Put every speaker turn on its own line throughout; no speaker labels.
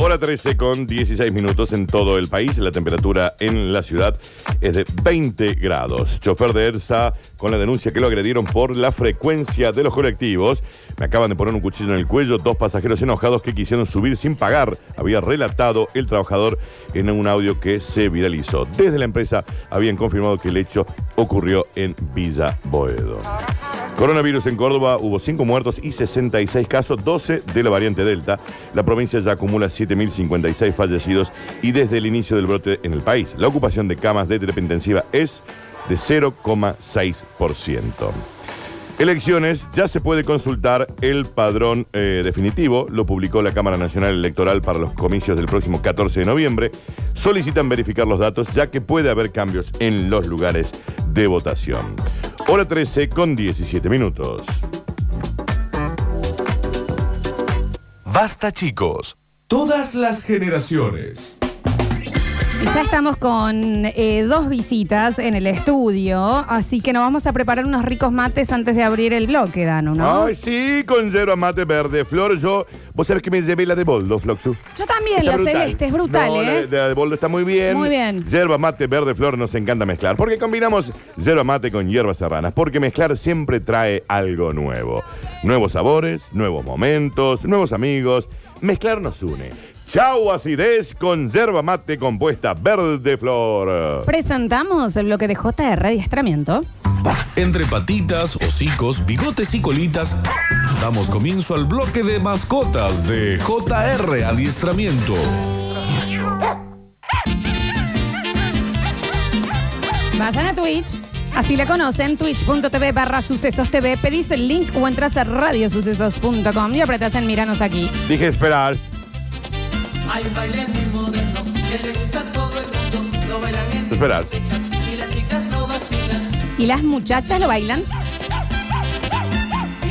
Ahora 13 con 16 minutos en todo el país. La temperatura en la ciudad es de 20 grados. Chofer de ERSA con la denuncia que lo agredieron por la frecuencia de los colectivos. Me acaban de poner un cuchillo en el cuello dos pasajeros enojados que quisieron subir sin pagar. Había relatado el trabajador en un audio que se viralizó. Desde la empresa habían confirmado que el hecho ocurrió en Villa Boedo. Coronavirus en Córdoba, hubo 5 muertos y 66 casos, 12 de la variante Delta. La provincia ya acumula 7.056 fallecidos y desde el inicio del brote en el país. La ocupación de camas de terapia intensiva es de 0,6%. Elecciones, ya se puede consultar el padrón eh, definitivo, lo publicó la Cámara Nacional Electoral para los comicios del próximo 14 de noviembre. Solicitan verificar los datos ya que puede haber cambios en los lugares de votación. Hora 13 con 17 minutos.
Basta chicos, todas las generaciones.
Y ya estamos con eh, dos visitas en el estudio, así que nos vamos a preparar unos ricos mates antes de abrir el bloque, Danu, ¿no?
Ay, sí, con yerba mate verde, Flor. Yo, vos sabés que me llevé la de Boldo, Floxu.
Yo también,
Está
la
brutal.
celeste, es brutal,
No,
¿eh?
La, la de Boldo está muy bien.
Muy bien.
Yerba mate, verde, flor, nos encanta mezclar. Porque combinamos yerba mate con hierbas serranas. Porque mezclar siempre trae algo nuevo. Nuevos sabores, nuevos momentos, nuevos amigos. Mezclar nos une. Chau acidez con yerba mate compuesta verde, flor.
Presentamos el bloque de JR Adiestramiento.
Entre patitas, hocicos, bigotes y colitas, damos comienzo al bloque de mascotas de JR Adiestramiento.
Vayan a Twitch, así la conocen, twitch.tv barra sucesos TV. Pedís el link o entras a radiosucesos.com y apretás en Miranos aquí.
Dije esperar.
Hay un baile muy moderno que le gusta a todo el mundo. Lo bailan en
Esperar.
discotecas y las chicas lo vacilan.
¿Y las muchachas lo bailan?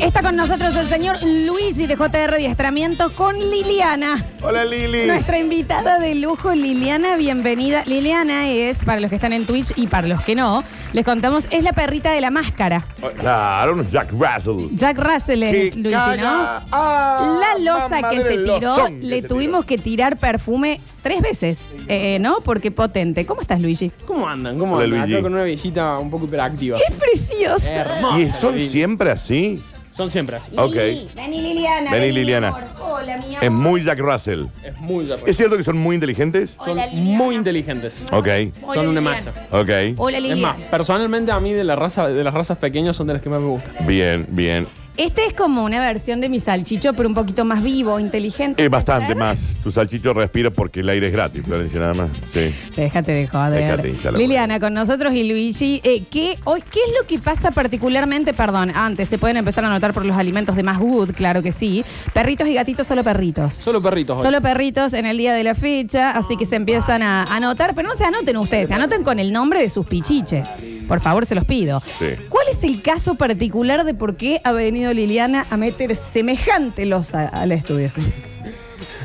Está con nosotros el señor Luigi de JR Adiestramiento con Liliana.
Hola Lili.
Nuestra invitada de lujo, Liliana, bienvenida. Liliana es, para los que están en Twitch y para los que no, les contamos, es la perrita de la máscara.
Claro, un Jack Russell.
Jack Russell es
Que
Luigi,
caga
¿no?
a
La losa que
mamadera,
se
el
tiró,
lozón que
le
se
tuvimos que tirar perfume tres veces, eh, ¿no? Porque potente. ¿Cómo estás, Luigi?
¿Cómo andan? ¿Cómo
Hola,
andan?
Luigi.
Acá con una visita un poco hiperactiva.
¡Es preciosa!
Hermosa,
¿Y son
Luigi.
siempre así?
Son siempre así.
Eh, Ok.
Lili, Vení, Liliana.
Vení,
mi
Liliana.
amor. Hola, mi amor.
Es muy Jack Russell.
Es muy de
¿Es cierto que son muy inteligentes?
Hola,
Son
Liliana.
muy inteligentes.
Ok,
Hola,
son
Liliana.
una masa.
ok.
Hola,
Es
Liliana.
más, personalmente a mí de, la raza, de las razas pequeñas son de las que más me gustan.
Bien, bien.
Este es como una versión de mi salchicho, pero un poquito más vivo, inteligente.
Es bastante
¿verdad?
más. Tu salchicho respira porque el aire es gratis, Florencia, nada más. Sí.
Déjate de joder.
Déjate hinchar la
Liliana, con nosotros y Luigi. Eh, ¿qué, hoy, ¿Qué es lo que pasa particularmente? Perdón, antes se pueden empezar a notar por los alimentos de más good, claro que sí. Perritos y gatitos, solo perritos.
Solo perritos hoy.
Solo perritos en el día de la fecha, así que se empiezan a anotar, pero no se anoten ustedes, se anoten con el nombre de sus pichiches. Por favor, se los pido.
Sí.
¿Cuál es el caso particular de por qué ha venido Liliana a meter semejante losa al estudio?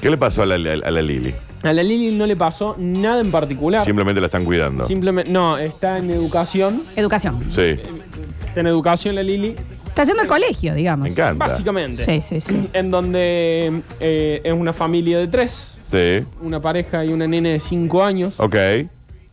¿Qué le pasó a la, a la- a la Lili?
A la Lili no le pasó nada en particular.
Simplemente la están cuidando. Sí.
Simplemente, no, está en educación.
Educación.
Está en educación la Lili.
Está yendo al colegio, digamos.
Me encanta.
Básicamente.
Sí, sí, sí.
En donde eh, es una familia de tres.
Sí.
Una pareja y una nene de cinco años.
Ok.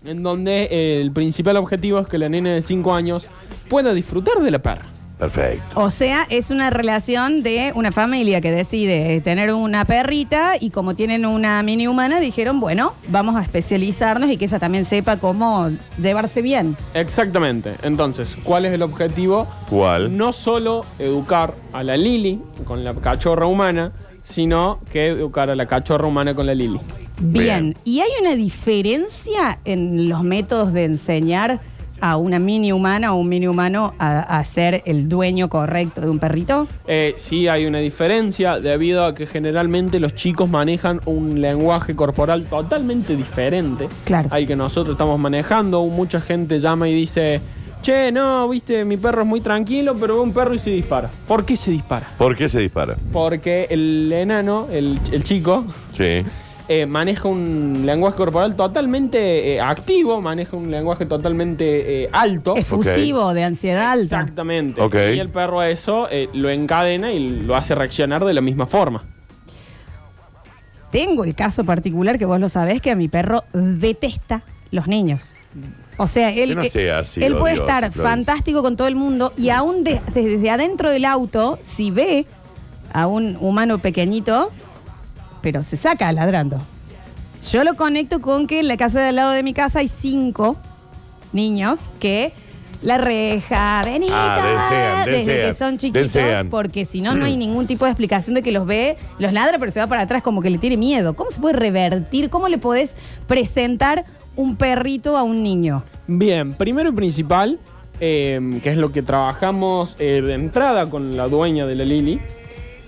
En donde eh, el principal objetivo es que la nene de cinco años pueda disfrutar de la perra.
Perfecto.
O sea, es una relación de una familia que decide tener una perrita y como tienen una mini humana, dijeron, bueno, vamos a especializarnos y que ella también sepa cómo llevarse bien.
Exactamente. Entonces, ¿cuál es el objetivo?
¿Cuál?
No solo educar a la Lili con la cachorra humana, sino que educar a la cachorra humana con la Lili.
Bien.
Bien.
¿Y hay una diferencia en los métodos de enseñar a una mini humana o un mini humano a, a ser el dueño correcto de un perrito?
Eh, sí hay una diferencia debido a que generalmente los chicos manejan un lenguaje corporal totalmente diferente
Claro.
al que nosotros estamos manejando. Mucha gente llama y dice, che, no, viste, mi perro es muy tranquilo, pero ve un perro y se dispara. ¿Por qué se dispara?
¿Por qué se dispara?
Porque el enano, el, el chico,
Sí.
eh, maneja un lenguaje corporal totalmente eh, activo, maneja un lenguaje totalmente eh, alto.
Efusivo, de ansiedad alta.
Exactamente.
Ok.
Y el perro a eso eh, lo encadena y lo hace reaccionar de la misma forma.
Tengo el caso particular que vos lo sabés que a mi perro detesta los niños. O sea, él,
Que no
eh,
sea así,
él puede
odioso,
estar
Florencia.
fantástico con todo el mundo y aún de- desde adentro del auto, si ve a un humano pequeñito, pero se saca ladrando. Yo lo conecto con que en la casa de al lado de mi casa hay cinco niños que la reja, venita,
Ah, desean,
desde
desean,
que son chiquitos,
desean.
porque si no, no hay ningún tipo de explicación de que los ve, los ladra, pero se va para atrás como que le tiene miedo. ¿Cómo se puede revertir? ¿Cómo le podés presentar un perrito a un niño?
Bien, primero y principal, eh, que es lo que trabajamos eh, de entrada con la dueña de la Lili,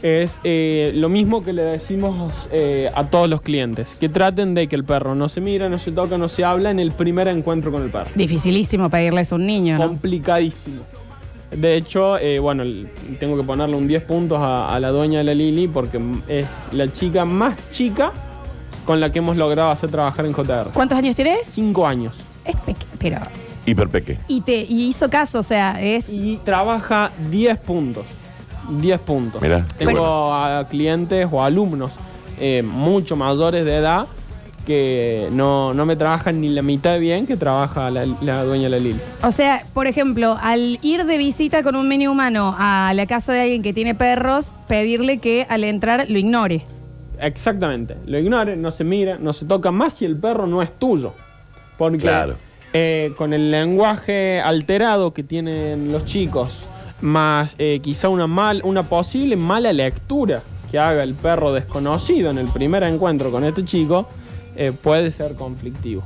es eh, lo mismo que le decimos eh, a todos los clientes, que traten de que el perro no se mira, no se toca, no se habla en el primer encuentro con el perro.
Dificilísimo pedirles a un niño, ¿no?
Complicadísimo. De hecho, eh, bueno, l- tengo que ponerle un 10 puntos a, a la dueña de la Lili porque m- es la chica más chica con la que hemos logrado hacer trabajar en JR.
¿Cuántos años tiene?
Cinco años.
Es pequeño, pero...
Hiperpeque.
Y, te, y hizo caso, o sea, es...
y trabaja 10 puntos. 10 puntos.
Mirá, qué
Tengo a clientes o alumnos eh, mucho mayores de edad que no, no me trabajan ni la mitad bien que trabaja la, la dueña de la Lili.
O sea, por ejemplo, al ir de visita con un mini humano a la casa de alguien que tiene perros, pedirle que al entrar lo ignore.
Exactamente. Lo ignore, no se mira, no se toca más si el perro no es tuyo. Porque
Claro.
eh, con el lenguaje alterado que tienen los chicos, más eh, quizá una, mal, una posible mala lectura que haga el perro desconocido en el primer encuentro con este chico, eh, puede ser conflictivo.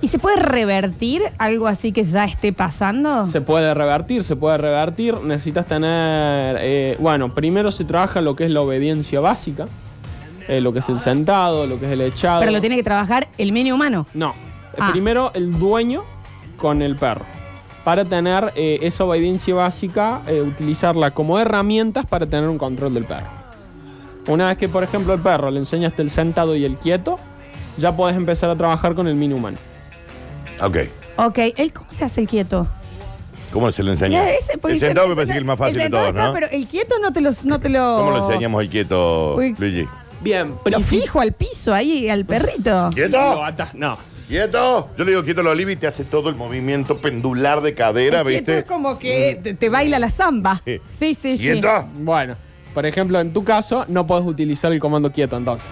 ¿Y se puede revertir algo así que ya esté pasando?
Se puede revertir, se puede revertir. Necesitas tener. eh, bueno, primero se trabaja lo que es la obediencia básica, eh, lo que es el sentado, lo que es el echado.
Pero lo tiene que trabajar el mini humano.
No.
Ah.
Primero el dueño con el perro. Para tener eh, esa obediencia básica, eh, utilizarla como herramientas para tener un control del perro. Una vez que, por ejemplo, al perro le enseñaste el sentado y el quieto, ya podés empezar a trabajar con el mini humano.
Ok.
Ok, ¿él cómo se hace el quieto?
¿Cómo se lo enseña?
Mira, ese, porque
el sentado
se-
me parece que es el más fácil de
sentado
todos,
está,
¿no?
Pero el quieto no te, los, no te lo...
¿Cómo lo enseñamos el quieto,
Uy.
Luigi?
Bien,
Lo fijo al piso, ahí, al
Pues,
perrito.
¡Quieto!
No.
¡Quieto! Yo le digo quieto a la Olivi y te hace todo el movimiento pendular de cadera,
El quieto
¿viste?
es como que te, te baila la samba.
Sí.
Sí, sí, sí.
¡Quieto!
Bueno, por ejemplo, en tu caso, no podés utilizar el comando quieto entonces.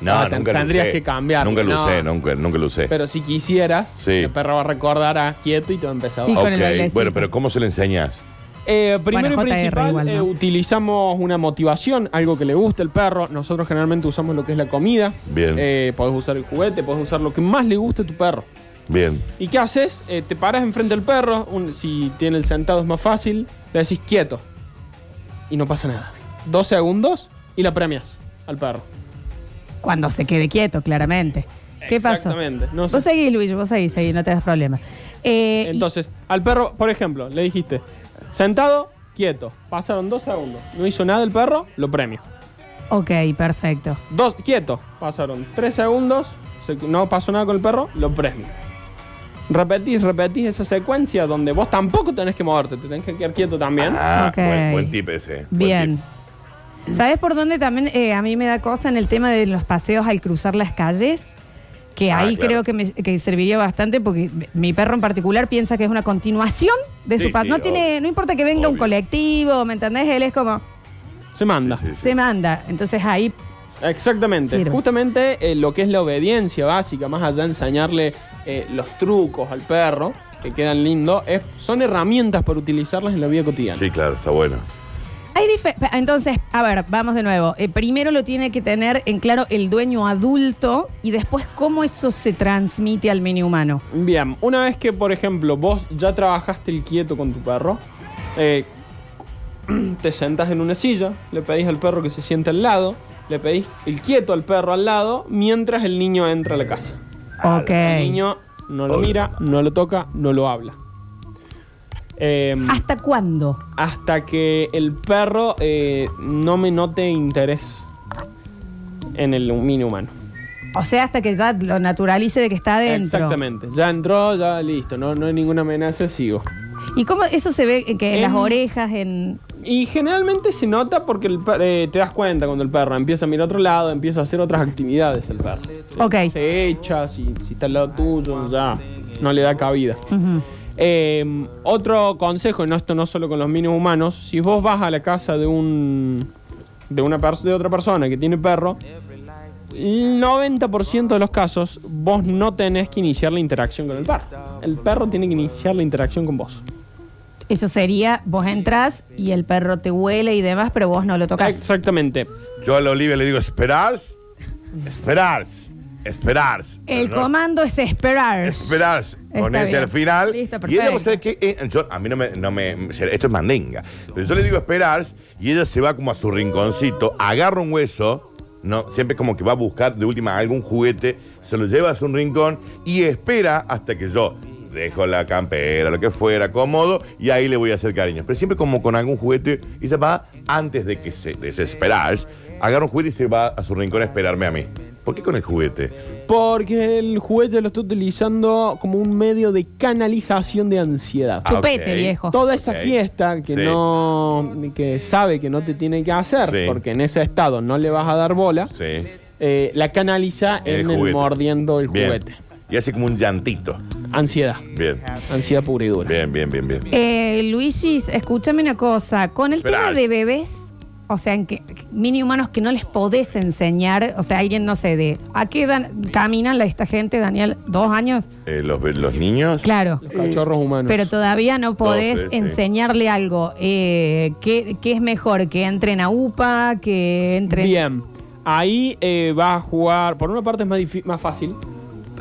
No,
Ah, ten-
nunca lo
Tendrías
usé.
que cambiar.
Nunca lo
No.
usé, nunca, nunca lo usé.
Pero si quisieras,
Sí.
el perro va a recordar a quieto y te va a empezar a
Y con el
ok,
bailecito.
bueno, pero ¿cómo se lo enseñas?
Eh, primero
Bueno,
y
JR
principal,
igual,
eh,
¿no?
utilizamos una motivación, algo que le guste al perro. Nosotros generalmente usamos lo que es la comida.
Bien.
Eh, podés usar el juguete, podés usar lo que más le guste a tu perro.
Bien.
¿Y qué haces? Eh, te paras enfrente del perro. un- si tiene el sentado es más fácil. Le decís quieto. Y no pasa nada. Dos segundos y la premias al perro.
Cuando se quede quieto, claramente. ¿Qué pasó?
Exactamente. No sé.
Vos seguís, Luis, vos seguís, seguís, no te das problema. Eh, y-
Entonces, al perro, por ejemplo, le dijiste sentado, quieto. Pasaron dos segundos. No hizo nada el perro, lo premio.
ok, perfecto.
Dos, quieto. Pasaron tres segundos. se- no pasó nada con el perro. Lo premio. Repetís, repetís esa secuencia donde vos tampoco tenés que moverte. Te tenés que quedar quieto también.
Ah,
Ok.
buen, buen tip ese. buen
Bien.
tip.
¿Sabes por dónde también eh, a mí me da cosa en el tema de los paseos al cruzar las calles? Que
Ah,
ahí
claro.
creo que me que serviría bastante porque mi perro en particular piensa que es una continuación de
Sí,
su pa-
sí,
no tiene,
obvio.
no importa que venga un
Obvio.
colectivo, ¿me entendés? Él es como
Se manda.
Sí, sí.
se manda. Entonces ahí
Exactamente.
Sirve.
Justamente eh, lo que es la obediencia básica, más allá de enseñarle eh, los trucos al perro, que quedan lindos, es- son herramientas para utilizarlas en la vida cotidiana.
Sí, claro, está bueno.
Hay dife- Entonces, a ver, vamos de nuevo. Eh, primero lo tiene que tener en claro el dueño adulto y después cómo eso se transmite al mini humano.
Bien, una vez que, por ejemplo, vos ya trabajaste el quieto con tu perro, eh, te sentás en una silla, le pedís al perro que se siente al lado, le pedís el quieto al perro al lado, mientras el niño entra a la casa.
Ok.
El niño no lo
Hola.
mira, no lo toca, no lo habla. Eh,
¿Hasta cuándo?
hasta que el perro eh, no me note interés en el mini humano.
O sea, hasta que ya lo naturalice de que está adentro.
Exactamente, ya entró, ya listo, no, no hay ninguna amenaza, sigo.
¿Y cómo eso se ve en que en
En-
las orejas, en
Y generalmente se nota porque el per- eh, te das cuenta cuando el perro empieza a mirar a otro lado, empieza a hacer otras actividades el perro.
Ok.
Se echa, si, si está al lado tuyo, ya no le da cabida.
Ujú.
Eh, otro consejo, y no esto no solo con los mini humanos, si vos vas a la casa de un de una pers- de otra persona que tiene perro, el 90% de los casos vos no tenés que iniciar la interacción con el perro. El perro tiene que iniciar la interacción con vos.
Eso sería, vos entras y el perro te huele y demás, pero vos no lo tocas.
Exactamente.
Yo a la Olivia le digo, esperars, esperars, esperars.
El
Pero no-
comando es esperar.
Esperar con
Está
ese
bien.
al final.
Listo,
y ella, ¿vos
perfecto.
sabés qué? Eh, yo- a mí no me, no me- Esto es mandinga. Pero yo le digo esperar y ella se va como a su rinconcito, agarra un hueso, ¿no? Siempre como que va a buscar de última algún juguete, se lo lleva a su rincón y espera hasta que yo. Dejo la campera, lo que fuera, cómodo, y ahí le voy a hacer cariño. Pero siempre como con algún juguete, y se va antes de que se desesperar, agarra un juguete y se va a su rincón a esperarme a mí. ¿Por qué con el juguete?
Porque el juguete lo está utilizando como un medio de canalización de ansiedad.
Ah,
Chupete,
ok.
viejo.
Toda esa
ok.
fiesta que
Sí.
no que sabe que no te tiene que hacer,
Sí.
porque en ese estado no le vas a dar bola,
Sí.
eh, la canaliza
El
en el
juguete.
mordiendo el
Bien.
juguete.
Y hace como un llantito.
Ansiedad,
Bien.
ansiedad pura y dura.
Bien, bien, bien, bien.
Eh, Luigi, escúchame una cosa. Con el
Esperar.
tema de bebés, o sea, en que, mini humanos que no les podés enseñar, o sea, alguien, no sé, de ¿a qué edad caminan la- esta gente, Daniel? ¿Dos años?
Eh, los, los niños.
Claro.
Los cachorros humanos.
Pero todavía no podés
Doce, sí.
enseñarle algo. Eh, ¿qué, qué es mejor? ¿Que entren a UPA? ¿Que entren...?
Bien, ahí eh, va a jugar, por una parte es más, difi- más fácil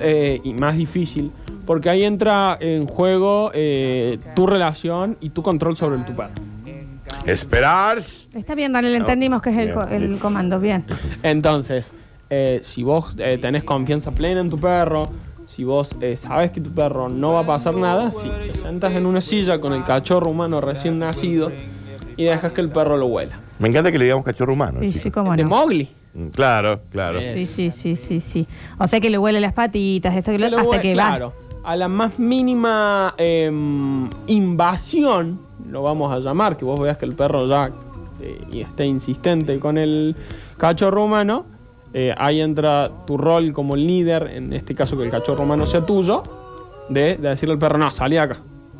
eh, y más difícil, porque ahí entra en juego eh, tu relación y tu control sobre el tu perro.
Esperar.
Está bien, Daniel, entendimos que es el,
Bien,
co- el
listo.
comando. Bien.
Entonces, eh, si vos eh, tenés confianza plena en tu perro, si vos eh, sabes que tu perro no va a pasar nada, si te sentas en una silla con el cachorro humano recién nacido y dejas que el perro lo huela.
Me encanta que le digamos cachorro humano.
Sí,
chicos.
sí, cómo
De
no.
Mowgli.
Mm, Claro, claro.
Bien.
Sí, sí, sí, sí, sí. O sea que le huele las patitas, esto que lo,
Lo
hasta
hue-
que
claro, a la más mínima em, invasión, lo vamos a llamar, que vos veas que el perro ya eh, y está insistente con el cachorro humano, eh, ahí entra tu rol como líder, en este caso que el cachorro humano sea tuyo, de, de decirle al perro, no, salí de acá,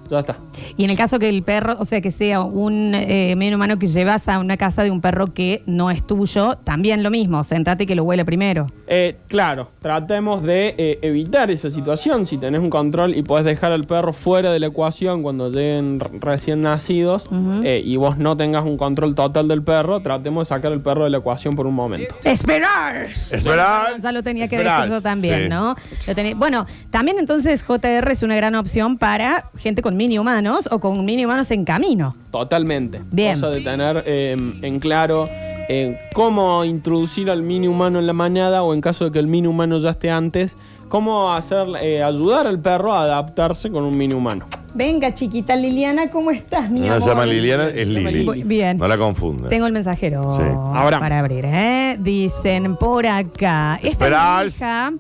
ya está.
va. Y en el caso que el perro, o sea que sea un eh, medio humano que llevas a una casa de un perro que no es tuyo, también lo mismo, sentate que lo huele primero.
Eh, claro, tratemos de eh, evitar esa situación. Si tenés un control y podés dejar al perro fuera de la ecuación cuando lleguen r- recién nacidos eh, y vos no tengas un control total del perro, tratemos de sacar al perro de la ecuación por un momento.
¡Esperar!
Esperar.
Perdón, ya lo tenía que
Esperar.
decir yo también,
Sí.
¿no? Lo tenía- Bueno, también entonces JR es una gran opción para gente con mini humanos o con mini humanos en camino.
Totalmente.
Bien.
Cosa de tener eh, en claro eh, cómo introducir al mini humano en la manada o en caso de que el mini humano ya esté antes, cómo hacer, eh, ayudar al perro a adaptarse con un mini humano.
Venga, chiquita Liliana, ¿cómo estás, mi
No
amor?
se llama Liliana, es
Se llama
Lili.
Lili.
Bien.
No la confundan.
Tengo el mensajero
Eh. Sí.
Abraham.
para abrir, ¿eh? Dicen por acá. Esta
Esperás.
es mi hija.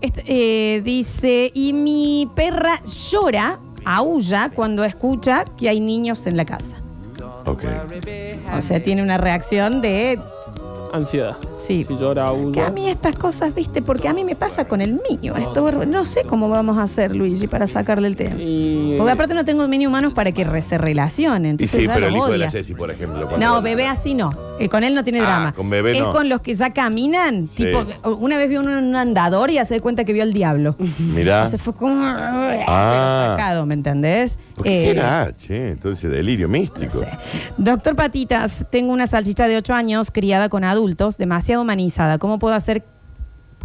Est- eh, dice, y mi perra llora, aúlla cuando escucha que hay niños en la casa.
Ok.
O sea, tiene una reacción de,
Ansiedad.
sí,
Si llora
que a
uno.
mí estas cosas, viste, porque a mí me pasa con el mío. Esto no sé cómo vamos a hacer, Luigi, para sacarle el tema.
Y,
Porque aparte no tengo mini humanos para que re- se
Y
relacionen. Entonces
sí,
ya
pero
los
el hijo de
odia.
la Ceci, por ejemplo. cuando
No,
era-
bebé así no. Eh, con él no tiene
Ah,
drama.
con bebé
es
no.
con los que ya caminan.
Sí.
Tipo, una vez vio uno en un andador y hace de cuenta que vio al diablo.
Mirá.
Se fue como.
Ah.
Pero sacado, ¿me entendés?
¿Por qué
Eh,
será, che? Entonces, delirio
no
místico.
sé. Doctor Patitas, tengo una salchicha de 8 años criada con adultos, demasiado humanizada. ¿Cómo puedo hacer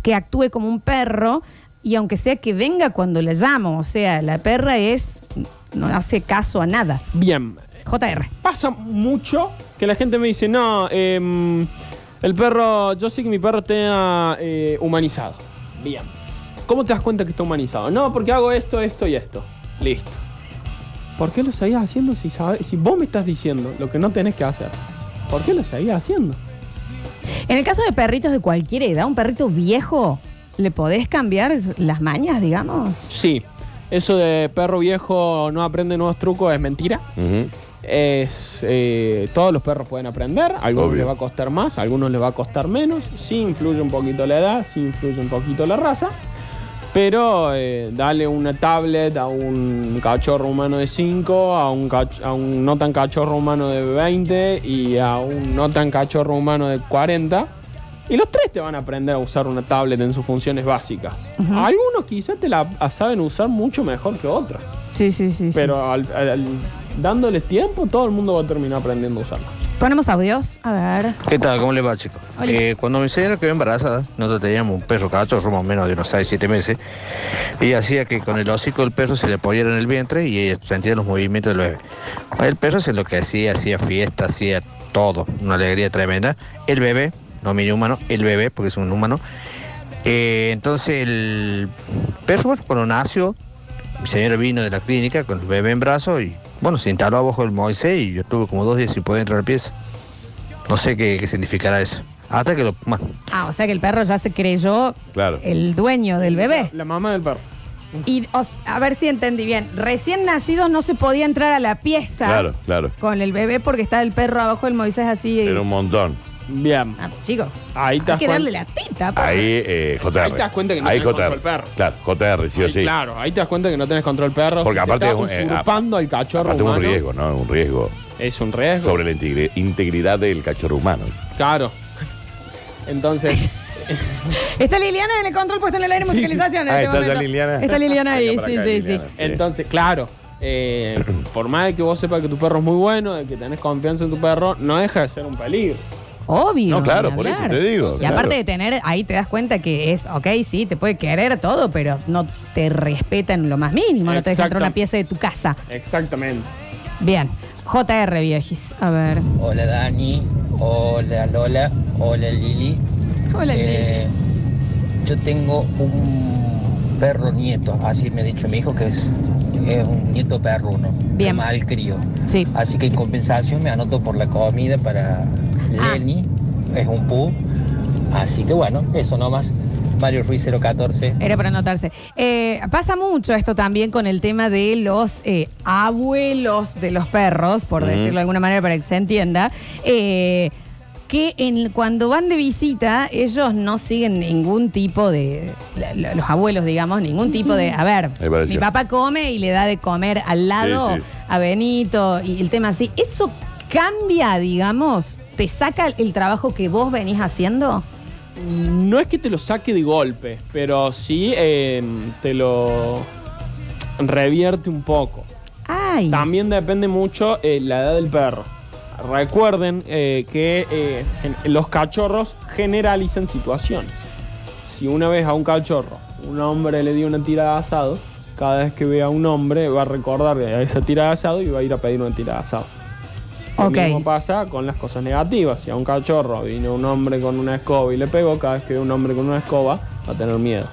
que actúe como un perro y aunque sea que venga cuando le llamo? O sea, la perra es. no hace caso a nada.
bien.
JR.
pasa mucho que la gente me dice, no, em, el perro, yo sé que mi perro está eh, humanizado. Bien. ¿Cómo te das cuenta que está humanizado? No, porque hago esto, esto y esto. Listo. ¿Por qué lo seguías haciendo si, sabes, si vos me estás diciendo lo que no tenés que hacer? ¿Por qué lo seguías haciendo?
En el caso de perritos de cualquier edad, un perrito viejo, ¿le podés cambiar las mañas, digamos?
Sí, eso de perro viejo no aprende nuevos trucos es mentira.
Ujú.
es, eh, todos los perros pueden aprender, a algunos
Obvio.
les va a costar más, a algunos les va a costar menos, sí influye un poquito la edad, sí influye un poquito la raza, pero eh, dale una tablet a un cachorro humano de 5, a un, cach- a un no tan cachorro humano de 20 y a un no tan cachorro humano de 40. Y los tres te van a aprender a usar una tablet en sus funciones básicas. Algunos quizás te la a- saben usar mucho mejor que otros.
Sí, sí, sí. sí.
Pero al, al- al- dándoles tiempo, todo el mundo va a terminar aprendiendo a usarla.
Ponemos audios. A ver.
¿Qué tal? ¿Cómo le va, chicos?
Hola.
Eh, cuando me enseñaron que iba embarazada, nosotros teníamos un perro cachorro más o menos de unos 6, 7 meses, y hacía que con el hocico del perro se le apoyara en el vientre y ella sentía los movimientos del bebé. El perro se enloquecía, hacía fiesta, hacía todo, una alegría tremenda. El bebé, no mini humano, el bebé, porque es un humano. eh, entonces el perro, bueno, cuando nació, mi señora vino de la clínica con el bebé en brazos y, bueno, se instaló abajo del Moisés y yo estuve como dos días sin poder entrar a la pieza. No sé qué, qué significará eso. Hasta que lo. bueno,
Ah, o sea que el perro ya se creyó
Claro.
el dueño del bebé.
La mamá del perro.
Y os- a ver si entendí bien. Recién nacidos no se podía entrar a la pieza
Claro, claro.
con el bebé porque estaba el perro abajo del Moisés así. eh,
Era un montón.
Bien.
Ah, chico.
Ahí
Hay
te das
que darle
cuenta.
la tita. pues. pa.
Ahí, eh, JR.
Ahí te das cuenta que no
Ahí
tenés
JR.
control perro.
Claro, JR, sí o
Ahí,
sí.
Claro, ahí te das cuenta que no tenés control perro.
Porque
Si te
aparte es
estás
un, eh,
usurpando al cachorro
Aparte es
humano.
un riesgo, ¿no? Un riesgo
Es un riesgo.
sobre la integri- integridad del cachorro humano.
Claro. Entonces,
Está Liliana en el control puesto en el aire
Sí,
musicalización. en
Ah,
este
está ya
momento.
Liliana.
Está Liliana ahí,
Venga
sí,
para acá,
sí,
Liliana.
sí.
entonces claro. eh, por más de que vos sepas que tu perro es muy bueno, de que tenés confianza en tu perro, no deja de ser un peligro.
Obvio.
No, claro,
ni
por eso
hablar.
te digo,
Y
claro.
aparte de tener, ahí te das cuenta que es, ok, sí, te puede querer todo, pero no te respetan lo más mínimo, no te dejan
Exacto.
entrar a una pieza de tu casa.
Exactamente.
Bien. JR Viejis, a ver.
Hola Dani, hola Lola, hola Lili.
Hola,
Eh, yo tengo un perro nieto, así me ha dicho mi hijo que es, es un nieto perruno,
Bien.
mal crío.
Sí.
Así que en compensación me anoto por la comida para
Ah.
Lenny, es un pu. Así que bueno, eso nomás. Mario Ruiz 014.
Era para anotarse. Eh, pasa mucho esto también con el tema de los eh, abuelos de los perros, por
Ujú.
decirlo de alguna manera para que se entienda, eh, que en- cuando van de visita ellos no siguen ningún tipo de, la- la- los abuelos digamos, ningún tipo de, a ver,
Ahí pareció.
mi papá come y le da de comer al lado
Sí, sí, sí.
a Benito y el tema así, ¿eso cambia, digamos? ¿Te saca el trabajo que vos venís haciendo?
No es que te lo saque de golpe, pero sí eh, te lo revierte un poco.
Ay,
También depende mucho eh, la edad del perro. Recuerden eh, que eh, en- los cachorros generalizan situaciones. Si una vez a un cachorro un hombre le dio una tira de asado, cada vez que vea a un hombre va a recordar a esa tira de asado y va a ir a pedir una tira de asado. Lo
Ok.
mismo pasa con las cosas negativas. Si a un cachorro vino un hombre con una escoba y le pegó, cada vez que ve un hombre con una escoba va a tener miedo.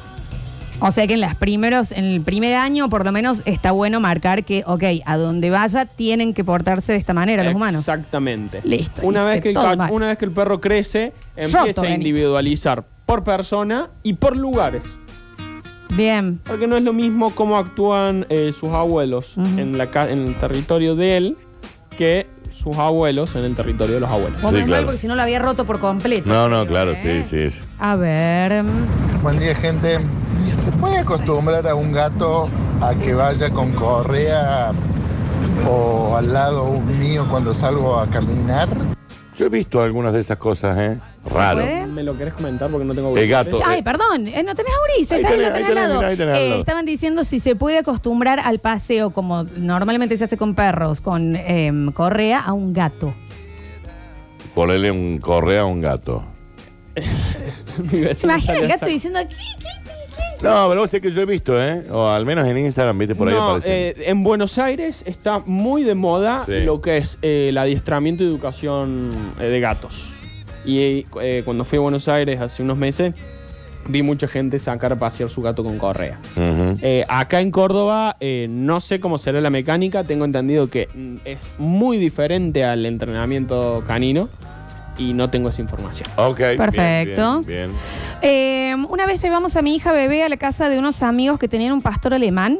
O sea que en las primeros, en el primer año, por lo menos, está bueno marcar que, ok, a donde vaya tienen que portarse de esta manera los humanos.
Exactamente.
Listo,
Una
hice
vez, que el
todo
ca-
mal.
una vez que el perro crece, empieza
Roto,
a
Benito.
individualizar por persona y por lugares.
Bien.
Porque no es lo mismo cómo actúan eh, sus abuelos
Ujú.
en, la ca- en el territorio de él que sus abuelos en el territorio de los abuelos.
Vos
Sí,
menos mal,
claro.
porque si no lo había roto por completo.
No, no,
Digo,
claro, sí,
¿eh?
sí. sí.
A ver. mm,
Buen día, gente. ¿Se puede acostumbrar a un gato a que vaya con correa o al lado mío cuando salgo a caminar?
Yo he visto algunas de esas cosas, ¿eh? Raro.
puede?
¿Me lo querés comentar? Porque no tengo
El gato.
auriculares.
Ay, perdón, eh, no tenés a Ulises,
Ahí
está
tenés,
ahí, lo
ahí
tenés al
tenés,
lado.
mira, ahí tenés al
Eh,
lado.
estaban diciendo si se puede acostumbrar al paseo, como normalmente se hace con perros, con em, correa, a un gato.
Ponerle un correa a un gato.
Mi vecino
Imagina
sale
el
a
gato
sac-
diciendo, "¿Qué, qué,
No, pero vos sé que yo he visto, ¿eh? O al menos en Instagram, viste, por ahí
No,
aparece.
eh, en Buenos Aires está muy de moda
Sí.
lo que es eh, el adiestramiento y educación eh, de gatos. Y eh, cuando fui a Buenos Aires hace unos meses, vi mucha gente sacar a pasear su gato con correa.
Ujú.
Eh, acá en Córdoba, eh, no sé cómo será la mecánica, tengo entendido que mm, es muy diferente al entrenamiento canino y no tengo esa información.
Ok. bien,
Perfecto.
Bien. bien.
Em, Eh, una vez llevamos a mi hija bebé a la casa de unos amigos que tenían un pastor alemán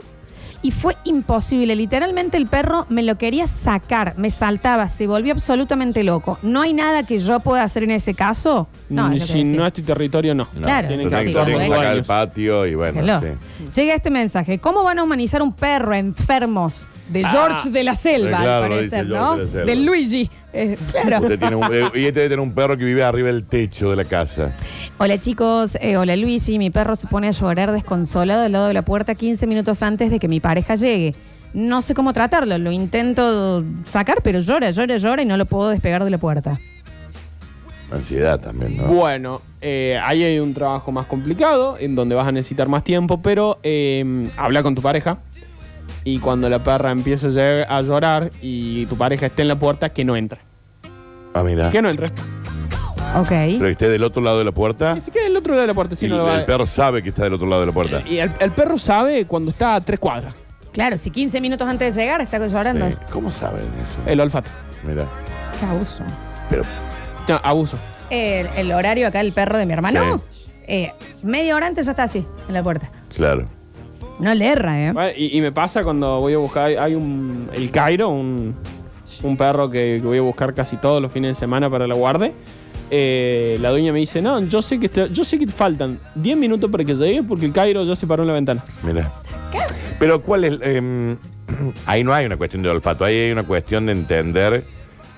y fue imposible. Literalmente el perro me lo quería sacar, me saltaba, se volvió absolutamente loco. No hay nada que yo pueda hacer en ese caso. No, es lo que
si
decís.
no es tu territorio, no.
No,
Claro,
lo
tienen que
tengo-
sí,
lo tengo
como
que
es.
sacar al patio y bueno,
Hello.
sí.
Llega este mensaje. ¿Cómo van a humanizar un perro enfermos? De George de la Selva,
Eh, Ah, claro,
al
dice
parecer,
George
¿no?
de la Selva.
Del Luigi. Eh, claro.
Usted tiene un, eh, y este debe tener un perro que vive arriba del techo de la casa.
Hola chicos, Eh, hola Luigi. Mi perro se pone a llorar desconsolado al lado de la puerta 15 minutos antes de que mi pareja llegue. No sé cómo tratarlo, lo intento sacar, pero llora, llora, llora y no lo puedo despegar de la puerta.
Ansiedad también, ¿no?
Bueno, eh, ahí hay un trabajo más complicado, en donde vas a necesitar más tiempo, pero eh, habla con tu pareja. Y cuando la perra empiece a lle- a llorar y tu pareja esté en la puerta, que no entre.
Ah, mira.
Que no entre.
Ok.
Pero que esté del otro lado de la puerta.
Que se quede del otro lado de la puerta. Si
Ah. y
no
el,
lo va-
el perro sabe que está del otro lado de la puerta.
Y el, el perro sabe cuando está a tres cuadras,
Claro, si 15 minutos antes de llegar está llorando.
Sí. ¿Cómo saben eso?
el olfato.
Mira.
Qué abuso.
Pero
No, abuso.
El, el horario acá del perro de mi hermano, eh, media hora antes ya está así, en la puerta.
Claro.
No le erra, ¿eh?
Bueno, y, y me pasa cuando voy a buscar, hay un, el Cairo, un, un perro que, que voy a buscar casi todos los fines de semana para la guarde. Eh, la dueña me dice, no, yo sé que te- yo sé que te faltan 10 minutos para que llegue porque el Cairo ya se paró en la ventana.
Mira. Pero ¿cuál es? em, ahí no hay una cuestión de olfato, ahí hay una cuestión de entender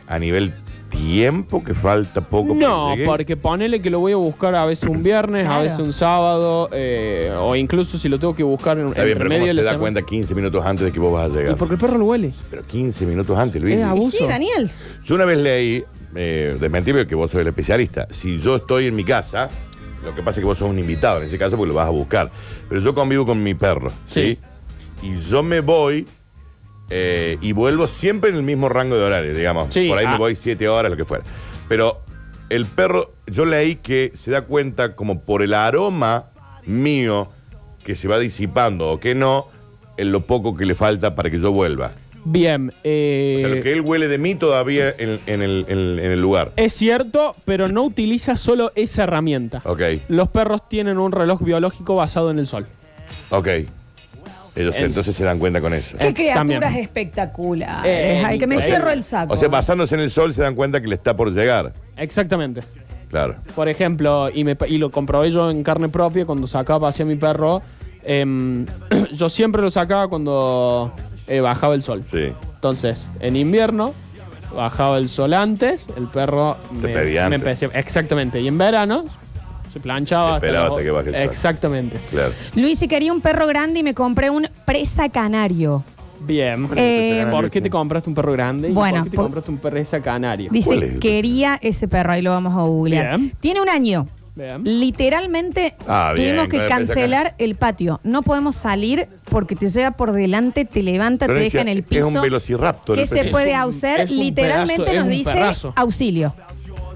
a nivel tiempo que falta poco. para
No,
que llegue.
porque ponele que lo voy a buscar a veces un viernes, a
Claro.
veces un sábado, eh, o incluso si lo tengo que buscar en,
Está bien,
entre
pero ¿cómo
medio de
se
la
da
semana.
cuenta 15 minutos antes de que vos vas a
Y
llegar?
porque el perro lo huele.
Pero 15 minutos antes, Luis.
Es abu-
Y
abuso.
sí, Daniel.
Yo una vez leí, eh, desmentime que vos sos el especialista. Si yo estoy en mi casa, lo que pasa es que vos sos un invitado en ese caso porque lo vas a buscar. Pero yo convivo con mi perro, ¿sí? Y yo me voy eh, y vuelvo siempre en el mismo rango de horario, digamos.
Sí,
Por ahí me
ah.
voy 7 horas, lo que fuera. Pero el perro, yo leí que se da cuenta como por el aroma mío que se va disipando o que no, en lo poco que le falta para que yo vuelva.
Bien. eh,
O sea, lo que él huele de mí todavía en, en el, en- en el lugar.
Es cierto, pero no utiliza solo esa herramienta.
Ok,
Los perros tienen un reloj biológico basado en el sol.
ok. Ellos
Eh.
entonces se dan cuenta con eso.
Qué
Eh,
criaturas
también.
espectaculares.
Eh,
Ay, que me
eh,
cierro el saco.
O sea, basándose en el sol se dan cuenta que le está por llegar.
Exactamente.
Claro.
Por ejemplo, y, me, pa- y lo comprobé yo en carne propia cuando sacaba hacia mi perro. em, yo siempre lo sacaba cuando eh, bajaba el sol.
Sí.
Entonces, en invierno, bajaba el sol antes, el perro
Te pedía
me
antes.
empecé- Exactamente. Y en verano, se planchaba.
Esperaba
las-
hasta que baje el sol.
Exactamente.
Claro.
Luigi quería un perro grande y me compré un presa canario.
Bien.
Eh,
¿Por qué te compraste un perro grande? y
Bueno,
¿Por qué te
por-
compraste un perro de esa canaria?
¿Cuál es
Dice,
el
quería ese perro, ahí lo vamos a googlear.
Bien.
Tiene un año.
Bien.
Literalmente
Ah, bien,
tuvimos
con
que
el presa
cancelar el patio. No podemos salir porque te llega por delante, te levanta, te deja
Florencia,
en el
Es un
piso.
velociraptor.
¿Qué
el
se
perro.
puede
un-
hacer?
es un
Literalmente
pedazo, es
nos
un
dice
perrazo.
auxilio.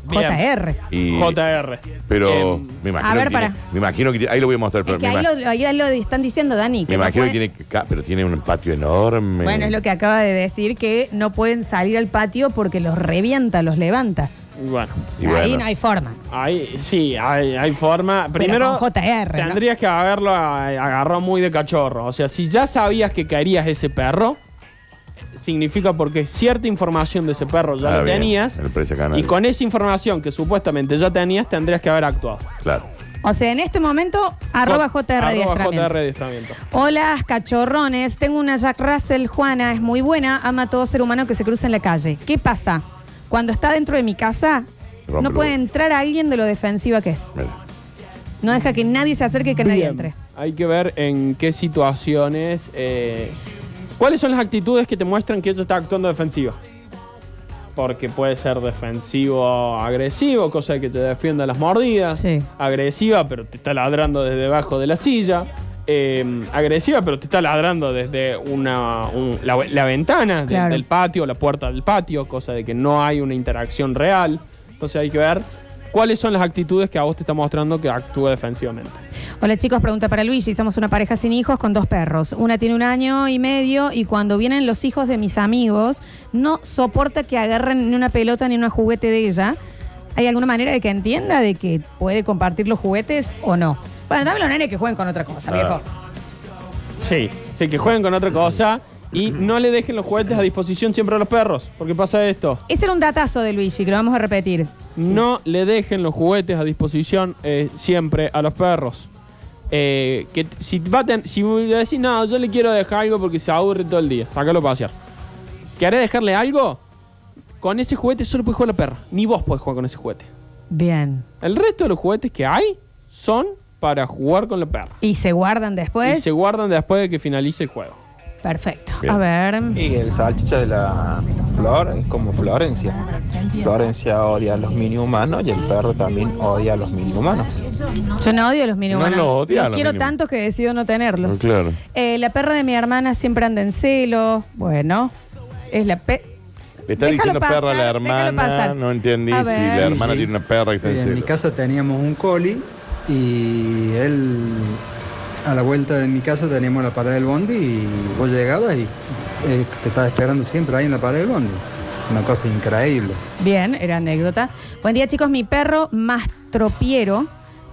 Bien.
JR.
Y-
JR.
pero
Em,
me imagino
a ver,
que tiene-
para.
me imagino que tiene- ahí lo voy a mostrar. Pero
Es que
me,
ahí
ima-
lo, ahí lo están diciendo, Dani.
me
no
imagino
puede-
que tiene, que ca- pero tiene un patio enorme.
Bueno, es lo que acaba de decir, que no pueden salir al patio porque los revienta, los levanta.
Y Bueno.
Y
Ahí
bueno.
no hay forma.
Ahí, sí, hay, hay forma. Primero,
con JR, ¿no?
tendrías que haberlo a- agarrado muy de cachorro. O sea, si ya sabías que caerías ese perro, significa porque cierta información de ese perro ya
Ah,
la
bien,
tenías.
el precio canario.
Y con esa información que supuestamente ya tenías, tendrías que haber actuado.
Claro.
O sea, en este momento, arroba
Con-
JR
arroba
adiestramiento.
JR adiestramiento.
Hola, cachorrones. Tengo una Jack Russell, Juana, es muy buena, ama a todo ser humano que se cruza en la calle. ¿Qué pasa? Cuando está dentro de mi casa,
Rompe
no
el
puede
huevo.
entrar alguien de lo defensiva que es.
Mira.
No deja que nadie se acerque y que nadie
Bien.
entre.
Hay que ver en qué situaciones. eh, ¿Cuáles son las actitudes que te muestran que ellos está actuando defensiva? Porque puede ser defensivo agresivo, cosa que te defienda las mordidas.
Sí.
Agresiva, pero te está ladrando desde debajo de la silla. eh, agresiva, pero te está ladrando desde una, un- la, la ventana de-
Claro.
del patio, la puerta del patio, cosa de que no hay una interacción real. Entonces hay que ver cuáles son las actitudes que a vos te está mostrando que actúa defensivamente.
Hola chicos, pregunta para Luigi. Somos una pareja sin hijos con dos perros. Una tiene un año y medio y cuando vienen los hijos de mis amigos no soporta que agarren ni una pelota ni un juguete de ella. ¿Hay alguna manera de que entienda de que puede compartir los juguetes o no? Bueno, dame los nenes que jueguen con otra cosa,
Ah.
viejo.
Sí, Sí, que jueguen con otra cosa y no le dejen los juguetes a disposición siempre a los perros, porque pasa esto.
Ese era un datazo de Luigi, que lo vamos a repetir.
No le dejen los juguetes a disposición eh, siempre a los perros. Eh, que t- si, va a ten- si le decís, no, yo le quiero dejar algo porque se aburre todo el día, sácalo a pasear. ¿Querés dejarle algo? Con ese juguete solo puede jugar la perra. Ni vos podés jugar con ese juguete.
Bien.
El resto de los juguetes que hay son para jugar con la perra.
Y se guardan
y
después.
se guardan después de que finalice el juego.
Perfecto.
Bien.
A ver.
Y el salchicha de la flor, como Florencia. Florencia odia a los mini humanos y el perro también odia a los mini humanos.
Yo no odio los mini
No
humanos.
los odia a
Los
los
quiero
mini-
tantos que decido no tenerlos.
Claro.
Eh, la perra de mi hermana siempre anda en celo. Bueno, es la pe.
Le está
Déjalo
diciendo
pasar,
perra a la
déjalo
hermana.
pasar.
No entendí
A
si
ver.
la hermana
Sí.
tiene una perra que está en
Eh, En mi
celo.
casa teníamos un coli y él a la vuelta de mi casa teníamos la parada del bondi y vos llegabas y eh, te estaba esperando siempre ahí en la parada del bondi. Una cosa increíble.
Bien, era anécdota. Buen día, chicos. Mi perro mastropiero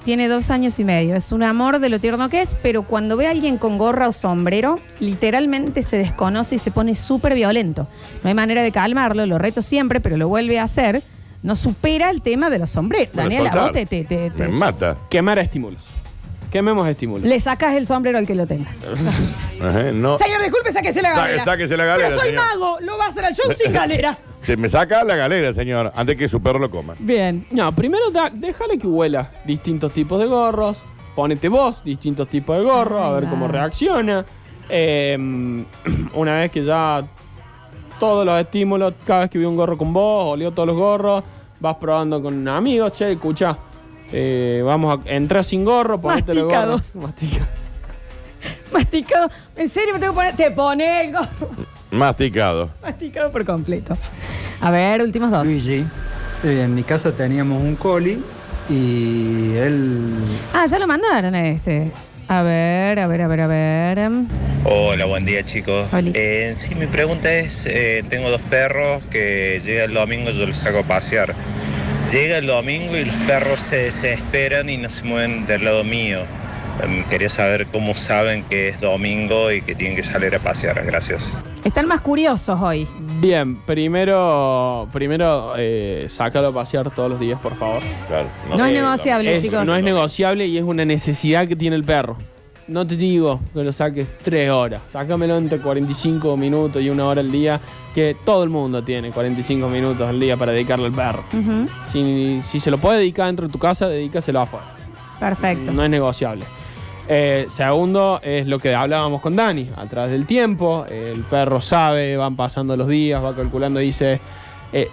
tiene dos años y medio. Es un amor de lo tierno que es, pero cuando ve a alguien con gorra o sombrero, literalmente se desconoce y se pone súper violento. No hay manera de calmarlo, lo reto siempre, pero lo vuelve a hacer. No supera el tema de los sombreros.
Bueno,
Daniela,
soltar.
vos te, te- te- te-
Me mata.
Quemar estímulos. Quememos estímulos.
le sacas el sombrero al que lo tenga.
Ajá, no.
Señor, disculpe, sáquese la
Saque-
galera.
sáquese Oh. la galera,
Pero soy
señor.
mago, lo va a hacer al show sin galera.
Se me saca la galera, señor, antes que su perro lo coma.
Bien.
No, primero da- déjale que huela distintos tipos de gorros. Ponete vos distintos tipos de gorros, a
Ahí
ver
va.
cómo reacciona. Eh, una vez que ya todos los estímulos, cada vez que vi un gorro con vos, olió todos los gorros, vas probando con amigos, che, escucha, vamos a entrar sin gorro, ponete los
Masticados.
gorros. Mastica.
Masticado. En serio, me tengo que poner. Te pone el gorro.
Masticado.
Masticado por completo. A ver, últimos dos.
Luigi, eh, en mi casa teníamos un coli y él
Ah, ya lo mandaron a este. A ver, a ver, a ver, a ver.
Hola, buen día chicos.
Oli.
Eh, en sí, mi pregunta es, eh, tengo dos perros que llega el domingo yo los saco a pasear. Llega el domingo y los perros se desesperan y no se mueven del lado mío. Em, quería saber cómo saben que es domingo y que tienen que salir a pasear. Gracias.
Están más curiosos hoy.
Bien, primero, primero eh, sácalo a pasear todos los días, por favor.
Claro,
No es
sé,
negociable,
Es-
chicos.
Eh, No es negociable y es una necesidad que tiene el perro. No te digo que lo saques tres horas. Sácamelo entre 45 minutos y una hora al día, que todo el mundo tiene 45 minutos al día para dedicarle al perro.
Ujú,
Si, si se lo puede dedicar dentro de tu casa, dedícaselo afuera.
Perfecto.
No es negociable. Eh, segundo es lo que hablábamos con Dani, a través del tiempo, eh, el perro sabe, van pasando los días, va calculando, dice, eh,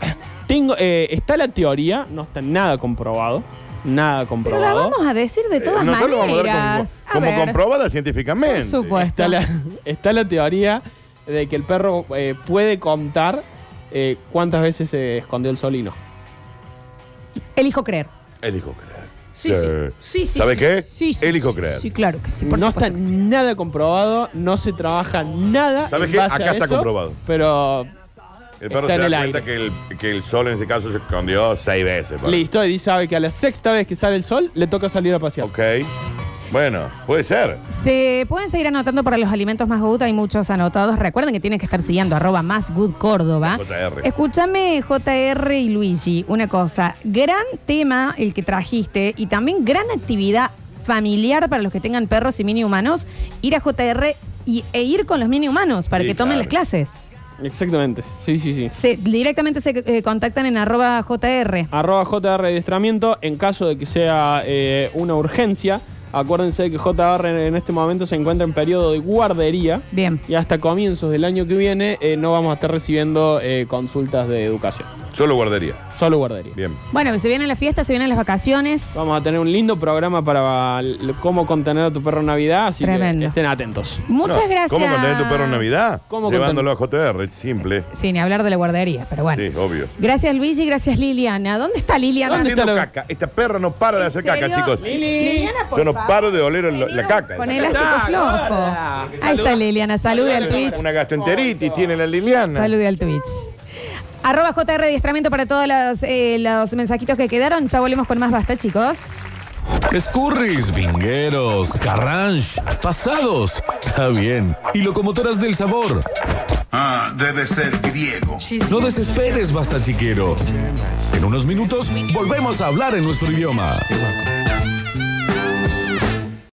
tengo, eh, está la teoría, no está nada comprobado, nada
Pero la
comprobado.
vamos a decir de todas
Eh, nosotros lo vamos a dar
maneras.
como, como
a ver,
comprobada
por
científicamente.
supuesto.
está, la, está la teoría de que el perro eh, puede contar eh, cuántas veces se escondió el solino.
Elijo creer.
Elijo creer.
Sí, sí. Sí, sí.
¿Sabe
sí.
qué?
Sí, sí.
Elijo
sí,
creer.
Sí, claro que sí. Por
No está
supuesto que sí.
nada comprobado, no se trabaja nada.
¿Sabes
en
qué?
base
Acá
a
está
eso,
comprobado.
Pero
El perro
Está
se
en
da
el
cuenta que el, que el sol en este caso se escondió seis veces. papá.
Listo, y sabe que a la sexta vez que sale el sol le toca salir a pasear.
Ok. Bueno, puede ser.
Se pueden seguir anotando para los alimentos más good, hay muchos anotados. Recuerden que tienen que estar siguiendo arroba más good Córdoba.
JR.
Escúchame, JR y Luigi, una cosa. Gran tema el que trajiste y también gran actividad familiar para los que tengan perros y mini humanos, ir a JR y, e ir con los mini humanos para
Sí,
que tomen
claro.
las clases.
Exactamente, sí, sí, sí.
Se, directamente se eh, contactan en arroba JR.
Arroba JR Adiestramiento, en caso de que sea eh, una urgencia, acuérdense que JR en este momento se encuentra en periodo de guardería
Bien.
y hasta comienzos del año que viene eh, no vamos a estar recibiendo eh, consultas de educación,
Solo guardería.
solo guardería.
Bien.
Bueno, se vienen las fiestas, se vienen las vacaciones.
Vamos a tener un lindo programa para l- cómo contener a tu perro en Navidad, así
Tremendo.
que estén atentos.
Muchas
No,
gracias.
¿Cómo contener tu perro en Navidad?
¿Cómo
Llevándolo a JR, simple.
Sí, ni hablar de la guardería, pero bueno.
Sí, obvio.
Gracias Luigi, gracias Liliana. ¿Dónde está Liliana?
Está haciendo
está la-
caca. Esta perra no para de hacer caca,
serio?
chicos.
Liliana, por
Yo no
favor.
paro de oler el- la caca.
Con
La
elástico
Está,
flojo.
hola.
Ahí está Liliana. Salude al
caca.
Twitch.
Una gastroenteritis tiene la Liliana.
Salude al Twitch. Arroba JR Adiestramiento para todos los, eh, los mensajitos que quedaron. Ya volvemos con más basta, chicos.
Escurris, vingueros, carranche, pasados. Está bien. Y locomotoras del sabor.
Ah, debe ser griego.
No desesperes, basta chiquero. En unos minutos volvemos a hablar en nuestro idioma.